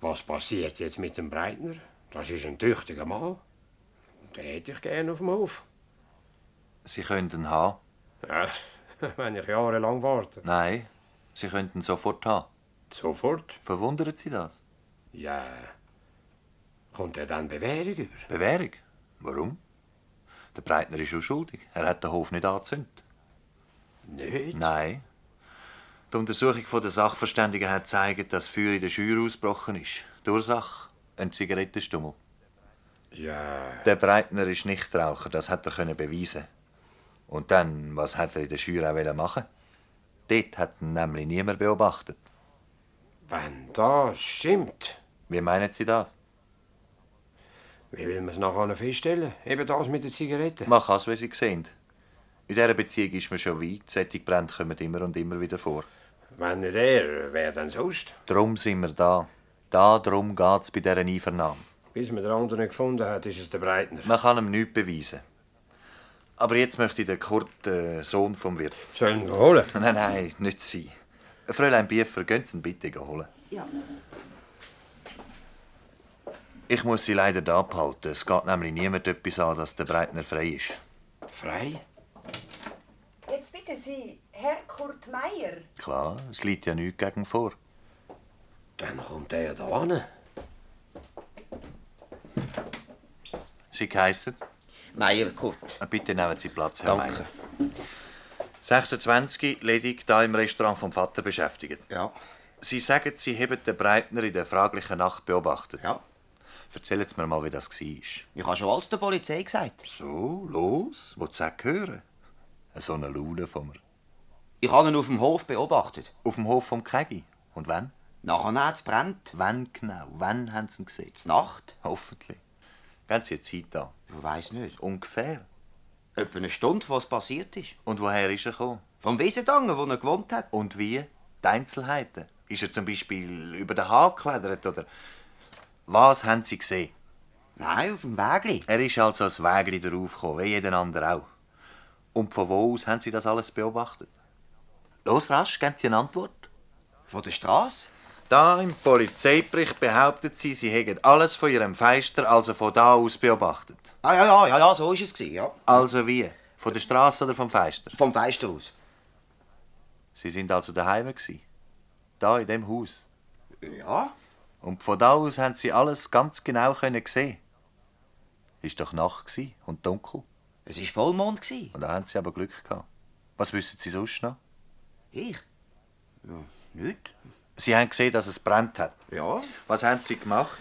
S6: was passiert jetzt mit dem Breitner? Das ist ein tüchtiger Mann. Den hätte ich gerne auf dem Hof.
S1: Sie könnten haben.
S6: Ja, wenn ich jahrelang warte.
S1: Nein, Sie könnten sofort haben.
S6: Sofort?
S1: Verwundern Sie das?
S6: Ja. Kommt er dann Bewährung über?
S1: Bewährung? Warum? Der Breitner ist schon schuldig. Er hat den Hof nicht angezündet.
S6: Nicht?
S1: Nein. Die Untersuchung von der Sachverständigen hat gezeigt, dass Feuer in der Schür ausgebrochen ist. Die Ursache? Ein Zigarettenstummel.
S6: Ja.
S1: Der Breitner ist Nichtraucher, das hat er können beweisen. Und dann, was hat er in der Schür auch wollen machen? Dort hat ihn nämlich niemand beobachtet.
S6: Wenn das stimmt,
S1: Wie meinen Sie das?
S6: wie will man es nachher feststellen? Eben das mit der Zigarette.
S1: Man kann es, wie Sie sehen. In dieser Beziehung ist man schon weit. Solche Brände kommen immer und immer wieder vor.
S6: Wenn nicht er, wer denn sonst?
S1: Drum sind wir da. Da drum geht es bei dieser Einvernahme.
S6: Bis man den anderen gefunden hat, ist es der Breitner.
S1: Man kann ihm nichts beweisen. Aber jetzt möchte ich den Kurt, äh, Sohn vom Wirt.
S6: Sollen wir holen?
S1: Nein, nein, nicht Sie. Fräulein Biefer, gehen Sie ihn bitte holen.
S3: Ja.
S1: Ich muss Sie leider da abhalten. Es geht nämlich niemand etwas an, dass der Breitner frei ist.
S6: Frei?
S3: Jetzt bitte Sie, Herr Kurt Meier.
S1: Klar, es liegt ja nichts gegen ihn vor.
S6: Dann kommt der da an.
S1: Sie geheissen? Ah,
S7: Meier Kurt.
S1: Bitte nehmen Sie Platz, Herr
S7: Danke.
S1: Meier. 26, ledig da im Restaurant vom Vater beschäftigt.
S7: Ja,
S1: Sie sagen, Sie haben den Breitner in der fraglichen Nacht beobachtet.
S7: ja.
S1: Erzählen Sie mir mal, wie das war.
S7: Ich habe schon alles der Polizei gesagt.
S1: So, los, wo Sie auch hören? So eine Laune von mir.
S7: Ich habe ihn auf dem Hof beobachtet.
S1: Auf dem Hof vom Kegi. Und wann?
S7: Nachher hat es brennt.
S1: Wann genau? Wann haben Sie ihn gesehen?
S7: Z Nacht?
S1: Hoffentlich. Gehen Sie eine Zeit an.
S7: Ich weiß nicht.
S1: Ungefähr.
S7: Etwa eine Stunde, was passiert ist.
S1: Und woher ist er gekommen?
S7: Vom Wiesendangen, wo er gewohnt hat.
S1: Und wie? Die Einzelheiten. Ist er zum Beispiel über den Haar geklettert oder Was haben Sie gesehen?
S7: Nein, auf dem Weg.
S1: Er ist also das Wägli draufgekommen, wie jeder andere auch. Und von wo aus haben Sie das alles beobachtet? Los, rasch, geben Sie eine Antwort.
S7: Von der Straße?
S1: Da im Polizeibericht behauptet Sie, Sie hätten alles von Ihrem Feister, also von da aus beobachtet.
S7: Ah, ja, ja, ja, ja, so war es, gewesen, ja.
S1: Also wie? Von der Straße oder vom Feister?
S7: Vom Feister aus.
S1: Sie sind also daheim gsi. Da in dem Haus.
S7: Ja?
S1: Und von da aus haben Sie alles ganz genau können sehen. Ist doch Nacht gsi und dunkel.
S7: Es war Vollmond. Gewesen.
S1: Und da haben Sie aber Glück gehabt. Was wissen Sie sonst noch?
S7: Ich? Ja, nicht.
S1: Sie haben gesehen, dass es brennt hat.
S7: Ja?
S1: Was haben Sie gemacht?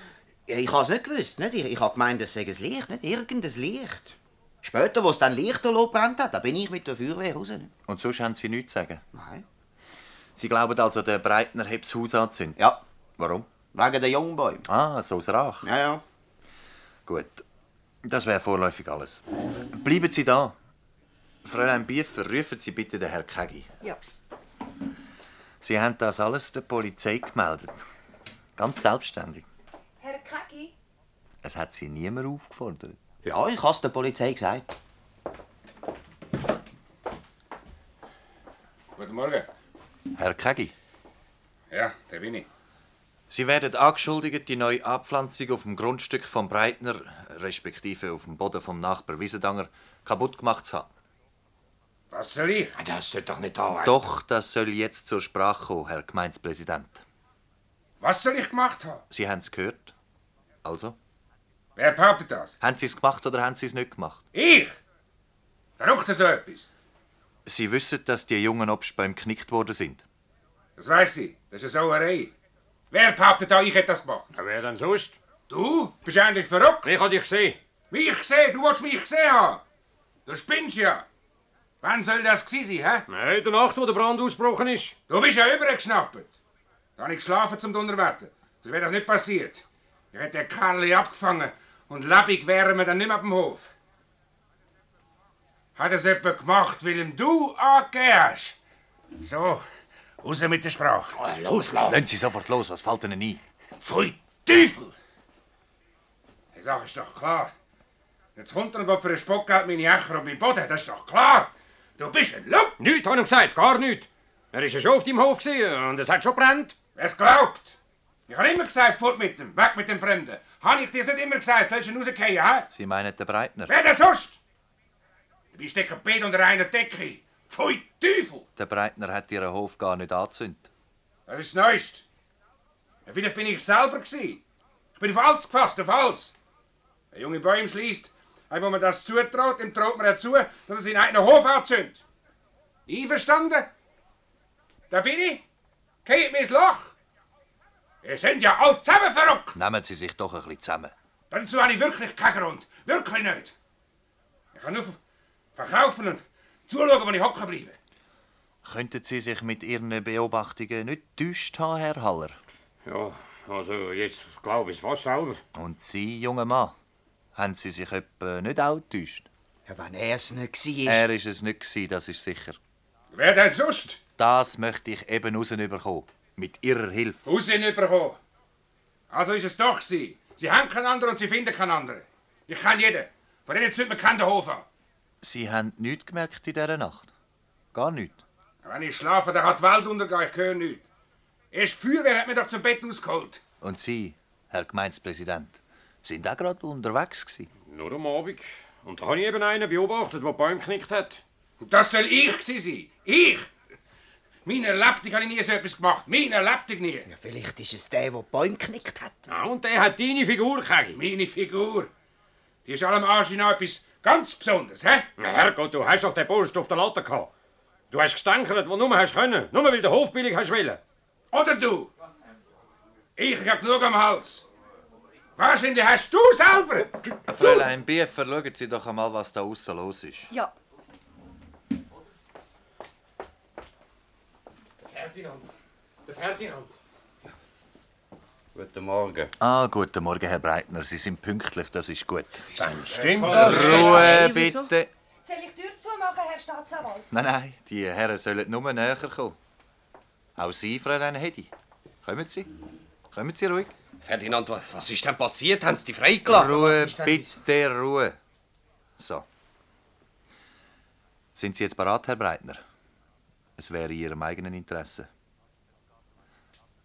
S7: Ja, Ich habe es nicht gewusst. Nicht? Ich, ich habe gemeint, es sei ein Licht, nicht irgendein Licht. Später, wo es dann Licht brennt hat, da bin ich mit der Feuerwehr raus. Nicht?
S1: Und sonst haben Sie nichts zu sagen.
S7: Nein.
S1: Sie glauben also, der Breitner hat das Haus angezündet?
S7: Ja,
S1: Warum?
S7: wegen der Jungbäume.
S1: Ah, so aus Rach.
S7: Ja, ja.
S1: Gut. Das wäre vorläufig alles. Bleiben Sie da. Fräulein Biefer, rufen Sie bitte den Herrn Kegi.
S2: Ja.
S1: Sie haben das alles der Polizei gemeldet. Ganz selbstständig.
S3: Herr Kagi?
S1: Es hat Sie niemand aufgefordert.
S7: Ja, ich habe es der Polizei gesagt.
S8: Guten Morgen.
S1: Herr Kegi,
S8: Ja, der bin ich.
S1: Sie werden angeschuldigt, die neue Abpflanzung auf dem Grundstück von Breitner, respektive auf dem Boden vom Nachbar Wiesendanger, kaputt gemacht zu haben.
S8: Was soll ich?
S6: Das sollte doch nicht
S1: Oh,
S6: da sein.
S1: Doch, das soll jetzt zur Sprache kommen, Herr Gemeindepräsident.
S8: Was soll ich gemacht haben?
S1: Sie haben es gehört. Also,
S8: Wer behauptet das?
S1: haben Sie es gemacht oder haben Sie es nicht gemacht?
S8: Ich? Verrückt so etwas?
S1: Sie wissen, dass die jungen Obst beim knickt worden sind.
S8: Das weiß ich. Das ist eine Sauerei. Wer behauptet da, ich hätte das gemacht?
S6: Wer denn sonst?
S8: Du? Bist eigentlich verrückt?
S6: Ich habe dich gesehen.
S8: Mich gesehen? Du willst mich gesehen haben? Du spinnst ja. Wann soll das gewesen sein, hä?
S6: Nein, der Nacht, wo der Brand ausgebrochen ist.
S8: Du bist ja übergeschnappt. Da habe ich geschlafen zum Donnerwetter. Das wäre das nicht passiert. Ich hätte den Kerl abgefangen und lebendig wären wir dann nicht mehr auf dem Hof. Hat es jemand gemacht, weil ihm du angegeben hast? So, raus mit der Sprache.
S1: Lassen Sie sofort los, was fällt Ihnen ein?
S8: Pfui Teufel! Die Sache ist doch klar. Jetzt kommt er und will für ein Spottgeld meine Ächer und meinen Boden. Das ist doch klar. Du bist ein Lump.
S6: Nichts habe ich gesagt, gar nichts. Er war ja schon auf deinem Hof gewesen und es hat schon brennt.
S8: Wer's glaubt? Ich habe immer gesagt, fort mit dem, weg mit dem Fremden. Habe ich dir's nicht immer gesagt, sollst du ihn rausgehen, hä?
S1: Sie meinen den Breitner?
S8: Wer denn sonst? Du bist dekapit unter einer Decke. Pfui Teufel!
S1: Der Breitner hat Ihren Hof gar nicht angezündet.
S8: Das ist das Neueste. Ja, vielleicht bin ich selber gsi. Ich bin auf alles gefasst, auf alles. Der junge Bäum schließt, einem, wo man das zutraut, dem traut man ja zu, dass er seinen eigenen Hof anzündet. Einverstanden? Da bin ich. Geht mir ins Loch. Ihr seid ja alle zusammen verrückt.
S1: Nehmen Sie sich doch ein bisschen zusammen.
S8: Dazu habe ich wirklich keinen Grund. Wirklich nicht. Ich kann nur ver- verkaufen und zuschauen, wo ich hocken bleibe.
S1: Könnten Sie sich mit Ihren Beobachtungen nicht täuscht haben, Herr Haller?
S6: Ja, also jetzt glaube ich es fast selber.
S1: Und Sie, junger Mann, haben Sie sich etwa nicht auch getäuscht?
S7: Ja, wenn er es nicht war.
S1: Er ist es nicht, gewesen, das ist sicher.
S8: Wer denn sonst?
S1: Das möchte ich eben rausüberkommen. Mit Ihrer Hilfe.
S8: Raus hinüberkommen. Also ist es doch sie. Sie haben keinen anderen und sie finden keinen anderen. Ich kann jeden. Von denen zündet mir keinen den Hof an.
S1: Sie haben nichts gemerkt in dieser Nacht? Gar nichts?
S8: Wenn ich schlafe, dann hat die Welt untergehen. Ich höre nichts. Erst die Feuerwehr hat mich doch zum Bett ausgeholt.
S1: Und Sie, Herr Gemeindepräsident, sind auch gerade unterwegs gewesen.
S6: Nur am Abend. Und da habe ich eben einen beobachtet, der die Bäume geknickt hat.
S8: Und das soll ich gewesen sein. Ich! Meine Lebtag habe ich nie so etwas gemacht. Meine Lebtag nie.
S7: Ja, vielleicht ist es der, der die Bäume geknickt hat.
S6: Ja, und der hat deine Figur gekriegt.
S8: Meine Figur. Die ist allem Arsch in etwas ganz Besonderes, hä?
S6: Na Herrgott, du hast doch den Post auf der Latte gehabt. Du hast gestänkert, wo nur hast können. Nur weil du Hofbillig hast wollen.
S8: Oder du? Ich hab genug am Hals. Wahrscheinlich hast du selber.
S1: Fräulein Biefer, schauen Sie doch einmal, was da außen los ist.
S2: Ja.
S9: Guten Morgen.
S1: Ah, guten Morgen, Herr Breitner. Sie sind pünktlich, das ist gut.
S6: Stimmt.
S1: Ruhe bitte.
S3: Soll ich die Tür zumachen, Herr Staatsanwalt?
S1: Nein, nein, die Herren sollen nur näher kommen. Auch Sie, Fräulein Hedi. Kommen Sie. Kommen Sie ruhig.
S4: Ferdinand, wa- was ist denn passiert? Haben sie dich freigelassen?
S1: Ruhe,
S7: ist denn
S1: bitte Ruhe. So. Sind Sie jetzt bereit, Herr Breitner? Es wäre in Ihrem eigenen Interesse.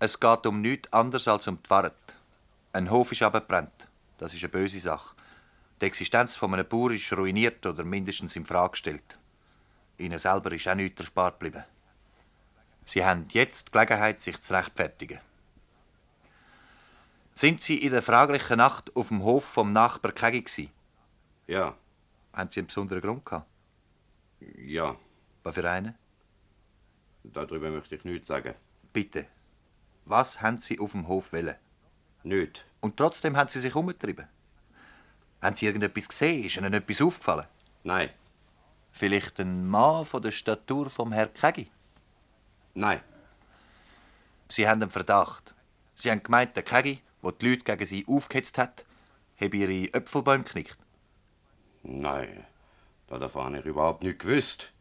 S1: Es geht um nichts anderes als um die Wahrheit. Ein Hof ist abgebrannt. Das ist eine böse Sache. Die Existenz von einem Bauer ist ruiniert oder mindestens in Frage gestellt. Ihnen selber ist auch nichts erspart geblieben. Sie haben jetzt die Gelegenheit, sich zu rechtfertigen sind Sie in der fraglichen Nacht auf dem Hof vom Nachbar Kegi gsi?
S4: Ja,
S1: Haben Sie einen besonderen Grund gehabt?
S4: ja,
S1: Was für einen?
S4: darüber möchte ich nichts sagen.
S1: Bitte. Was haben Sie auf dem Hof wollen?
S4: Nicht.
S1: Und trotzdem haben Sie sich umgetrieben. Haben Sie irgendetwas gesehen? Ist Ihnen etwas aufgefallen?
S4: Nein,
S1: Vielleicht ein Mann von der Statur vom Herr Kegi?
S4: nein,
S1: Sie haben einen Verdacht. Sie haben gemeint, der Kegi, der die Leute gegen Sie aufgehetzt hat, habe ihre Äpfelbäume geknickt.
S4: nein. Davon habe ich überhaupt nichts gewusst.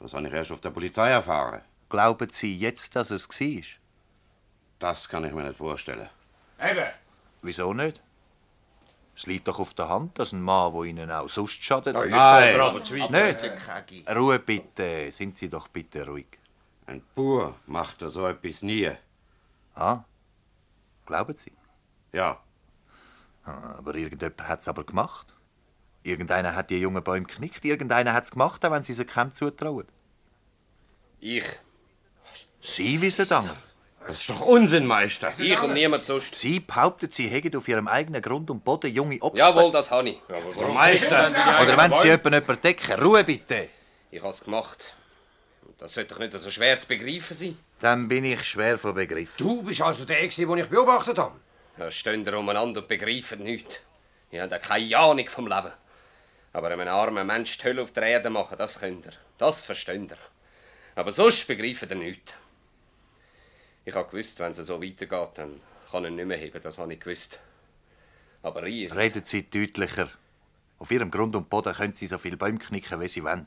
S4: Das habe ich erst auf der Polizei erfahren.
S1: Glauben Sie jetzt, dass es war?
S4: Das kann ich mir nicht vorstellen.
S8: Eben.
S1: Wieso nicht? Es liegt doch auf der Hand, dass ein Mann, der Ihnen auch sonst schadet.
S4: Nein.
S1: Nicht?
S7: Kegi.
S1: Ruhe bitte, sind Sie doch bitte ruhig.
S4: Ein Bauer macht so etwas nie.
S1: Ah, glauben Sie?
S4: Ja,
S1: Aber irgendjemand hat es aber gemacht. Irgendeiner hat die jungen Bäume geknickt, irgendeiner hat es gemacht, auch wenn Sie sie keinem zutrauen.
S4: ich.
S1: Sie wissen dann.
S4: Das ist doch Unsinn, Meister. Ich und niemand sonst.
S1: Sie behauptet, Sie hätten auf Ihrem eigenen Grund und Boden junge Opfer.
S4: Jawohl, das habe ich. Der Meister.
S1: Oder wenn Sie jemanden jemanden decken, Ruhe bitte.
S4: Ich habe es gemacht. Das sollte doch nicht so schwer zu begreifen sein.
S1: Dann bin ich schwer von Begriff.
S6: Du bist also der, gewesen, den ich beobachtet habe.
S4: Da stehen da umeinander und begreifen nichts. Ich habe keine Ahnung vom Leben. Aber einem armen Mensch die Hölle auf der Erde machen, das könnt ihr. Das versteht ihr. Aber sonst begreifen ihr nichts. Ich habe gewusst, wenn es so weitergeht, dann kann ich nicht mehr heben, das habe ich gewusst. Aber ich...
S1: Reden Sie deutlicher. Auf Ihrem Grund und Boden können Sie so viele Bäume knicken, wie Sie wollen,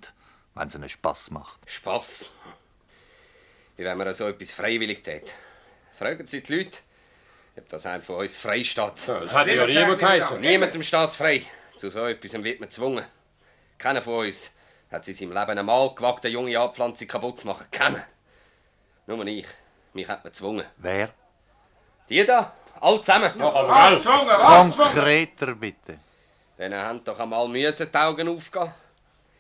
S1: wenn es Ihnen Spass macht.
S4: Spass. Wie wenn man so etwas freiwillig tät. Fragen Sie die Leute, ob das einem von uns frei steht.
S6: Das hat ja niemand geheißen.
S4: Niemandem steht es frei. Zu so etwas wird man gezwungen. Keiner von uns hat in seinem Leben einmal gewagt, eine junge Anpflanzung kaputt zu machen. Keiner. Nur ich. Mich hat man gezwungen.
S1: Wer?
S4: Die da, alle zusammen.
S8: Was gezwungen, was gezwungen?
S1: Konkreter bitte.
S4: Denen haben doch einmal müssen die Augen aufgehen.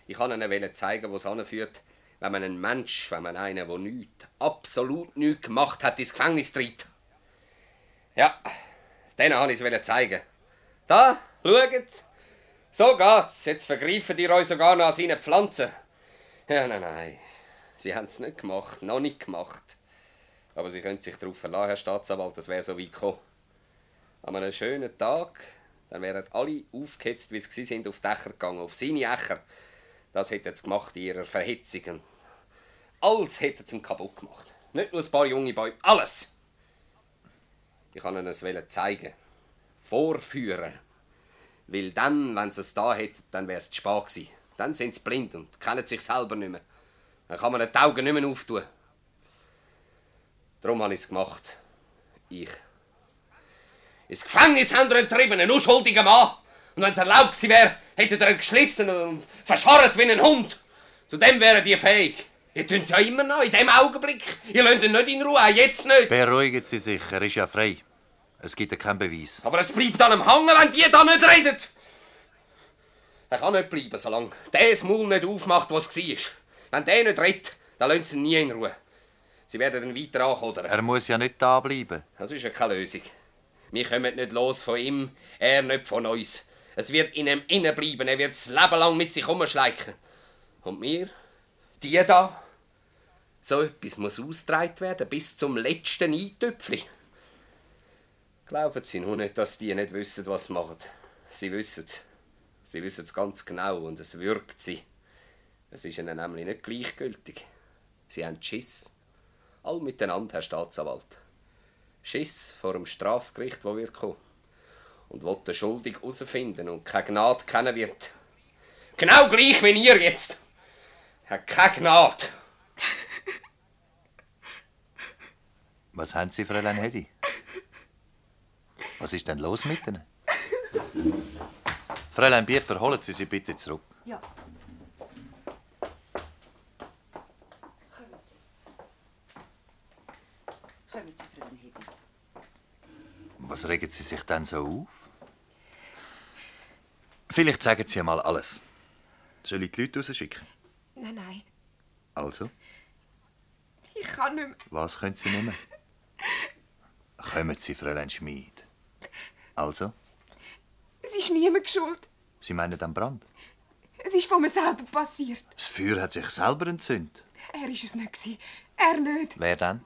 S4: Ich kann ihnen wollen zeigen, wo es hinführt, wenn man einen Mensch, wenn man einen, der nichts, absolut nichts gemacht hat, ins Gefängnis tritt. Ja, denen habe ich es wollen zeigen. Da, schaut, so geht's. Jetzt vergreifen die euch sogar noch an seinen Pflanzen. Ja, nein, nein, sie haben es nicht gemacht, noch nicht gemacht. Aber sie können sich darauf verlassen, Herr Staatsanwalt, das wäre so weit gekommen. An einem schönen Tag, dann wären alle aufgehetzt, wie sie sind, auf die Dächer gegangen, auf seine Ächer. Das hätten sie gemacht in ihrer Verhetzung. Alles hätten sie ihm kaputt gemacht. Nicht nur ein paar junge Bäume, alles! Ich kann ihnen es wollen zeigen. Vorführen. Weil dann, wenn sie es da hätten, dann wäre es zu spät gewesen. Dann sind sie blind und kennen sich selber nicht mehr. Dann kann man ihnen die Augen nicht mehr auftun. Darum habe ich es gemacht. Ich. Ins Gefängnis haben wir entrieben, einen unschuldigen Mann. Und wenn es erlaubt gewesen wäre, hätte er ihn geschlissen und verscharrt wie ein Hund. Zu dem wären die fähig. Ihr tun es ja immer noch, in dem Augenblick. Ihr lönt ihn nicht in Ruhe, auch jetzt nicht.
S1: Beruhigen Sie sich, er ist ja frei. Es gibt ja keinen Beweis.
S4: Aber es bleibt an ihm hängen, wenn die da nicht reden. Er kann nicht bleiben, solange der das Maul nicht aufmacht, was es war. Wenn der nicht redet, dann lassen sie ihn nie in Ruhe. Sie werden ihn weiter ankodern.
S1: Er muss ja nicht da bleiben.
S4: Das ist ja keine Lösung. Wir kommen nicht los von ihm, er nicht von uns. Es wird in ihm innen bleiben, er wird das Leben lang mit sich herumschleichen. Und wir, die da, so etwas muss ausgetragen werden, bis zum letzten Eintöpfchen. Glauben Sie nur nicht, dass die nicht wissen, was sie machen. Sie wissen es. Sie wissen es ganz genau und es wirkt sie. Es ist ihnen nämlich nicht gleichgültig. Sie haben Schiss. All miteinander, Herr Staatsanwalt. Schiss vor dem Strafgericht, wo wir kommen. Und wo der Schuldig herausfinden und keine Gnade kennen wird. Genau gleich wie ihr jetzt. Hat keine Gnade.
S1: Was haben Sie, Fräulein Hedy? Was ist denn los mit ihnen? Fräulein Biefer, holen Sie sie bitte zurück.
S2: Ja.
S3: Kommen Sie, Fräulein Hedi.
S1: Was regen Sie sich denn so auf? Vielleicht sagen Sie mal alles. Soll ich die Leute rausschicken?
S5: Nein, nein,
S1: Also,
S5: ich kann nicht mehr.
S1: was können Sie nehmen? Kommen Sie, Fräulein Schmid. Also,
S5: Es ist niemand schuld.
S1: Sie meinen den Brand?
S5: Es ist von mir selber passiert.
S1: Das Feuer hat sich selber entzündet.
S5: Er ist es nicht. Gewesen. Er nicht.
S1: Wer denn?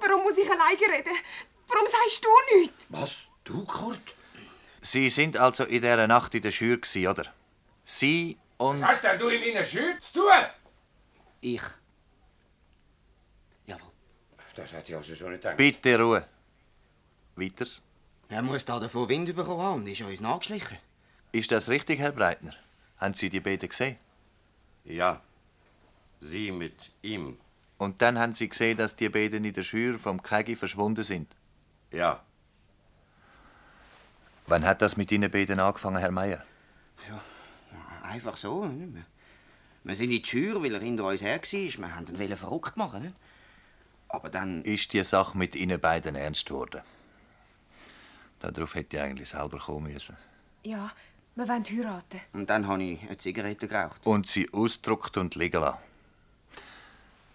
S5: Warum muss ich alleine reden? Warum sagst du nichts?
S4: Was? Du, Kurt?
S1: Sie sind also in dieser Nacht in der Schür, gewesen, oder? Sie und...
S8: Hast denn du in meiner Schütze zu tun?
S4: Ich. Jawohl.
S8: Das hätte ich also schon nicht gedacht.
S1: Bitte Ruhe. Weiters.
S7: Er muss da davon Wind bekommen haben und ist uns nachgeschlichen.
S1: Ist das richtig, Herr Breitner? Haben Sie die beiden gesehen?
S9: Ja, sie mit ihm.
S1: Und dann haben Sie gesehen, dass die beiden in der Schür vom Kegi verschwunden sind.
S9: Ja,
S1: Wann hat das mit Ihnen beiden angefangen, Herr Meier?
S7: Ah, Einfach so, nicht mehr. Wir sind in die Schür, weil er hinter uns her war. Wir haben ihn wollen verrückt machen. Nicht? Aber dann...
S1: Ist die Sache mit Ihnen beiden ernst geworden? Darauf hätte ich eigentlich selber kommen müssen.
S5: Ja, wir wollen heiraten.
S7: Und dann habe ich eine Zigarette geraucht.
S1: Und sie ausdruckt und liegen lassen.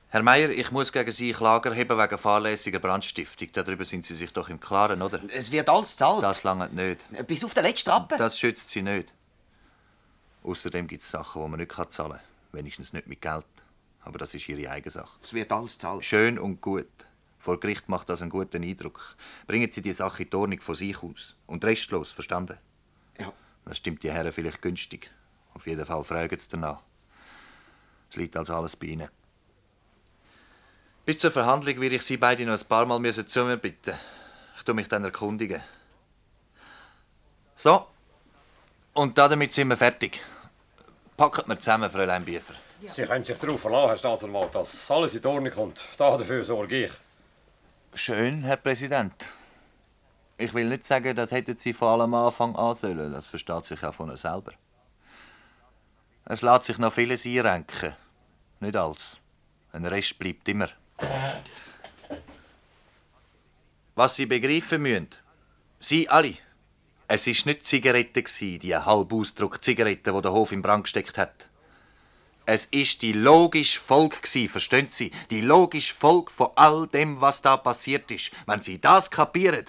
S1: Herr Meier, ich muss gegen Sie Klage erheben wegen fahrlässiger Brandstiftung. Darüber sind Sie sich doch im Klaren, oder?
S7: Es wird alles zahlt.
S1: Das lange nicht.
S7: Bis auf den letzten Rappen.
S1: Das schützt sie nicht. Außerdem gibt es Sachen, die man nicht zahlen kann. Wenigstens nicht mit Geld. Aber das ist ihre eigene Sache.
S7: Es wird alles zahlt.
S1: Schön und gut. Vor Gericht macht das einen guten Eindruck. Bringen Sie die Sache in die Ordnung von sich aus. Und restlos, verstanden?
S7: Ja.
S1: Das stimmt die Herren vielleicht günstig. Auf jeden Fall fragen Sie danach. Es liegt also alles bei Ihnen. Bis zur Verhandlung werde ich Sie beide noch ein paar Mal müssen zu mir bitten. Ich tue mich dann erkundigen. So. Und damit sind wir fertig. Packen wir zusammen, Fräulein Biefer.
S8: Sie können sich darauf verlassen, Herr Staatsanwalt, dass alles in die Ordnung kommt. Da dafür sorge ich.
S1: Schön, Herr Präsident. Ich will nicht sagen, das hätten Sie vor allem am Anfang an sollen. Das versteht sich auch von selber. Es lässt sich noch vieles einrenken. Nicht alles. Ein Rest bleibt immer. Was Sie begreifen müssen, Sie alle, es war nicht die Zigarette, gewesen, die halb ausgedruckte Zigarette, die der Hof in Brand gesteckt hat. Es ist die logische Folge, gewesen, verstehen Sie? Die logische Folge von all dem, was da passiert ist. Wenn Sie das kapieren,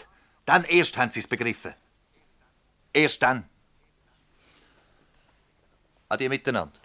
S1: dann erst haben Sie es begriffen. Erst dann. Adieu miteinander.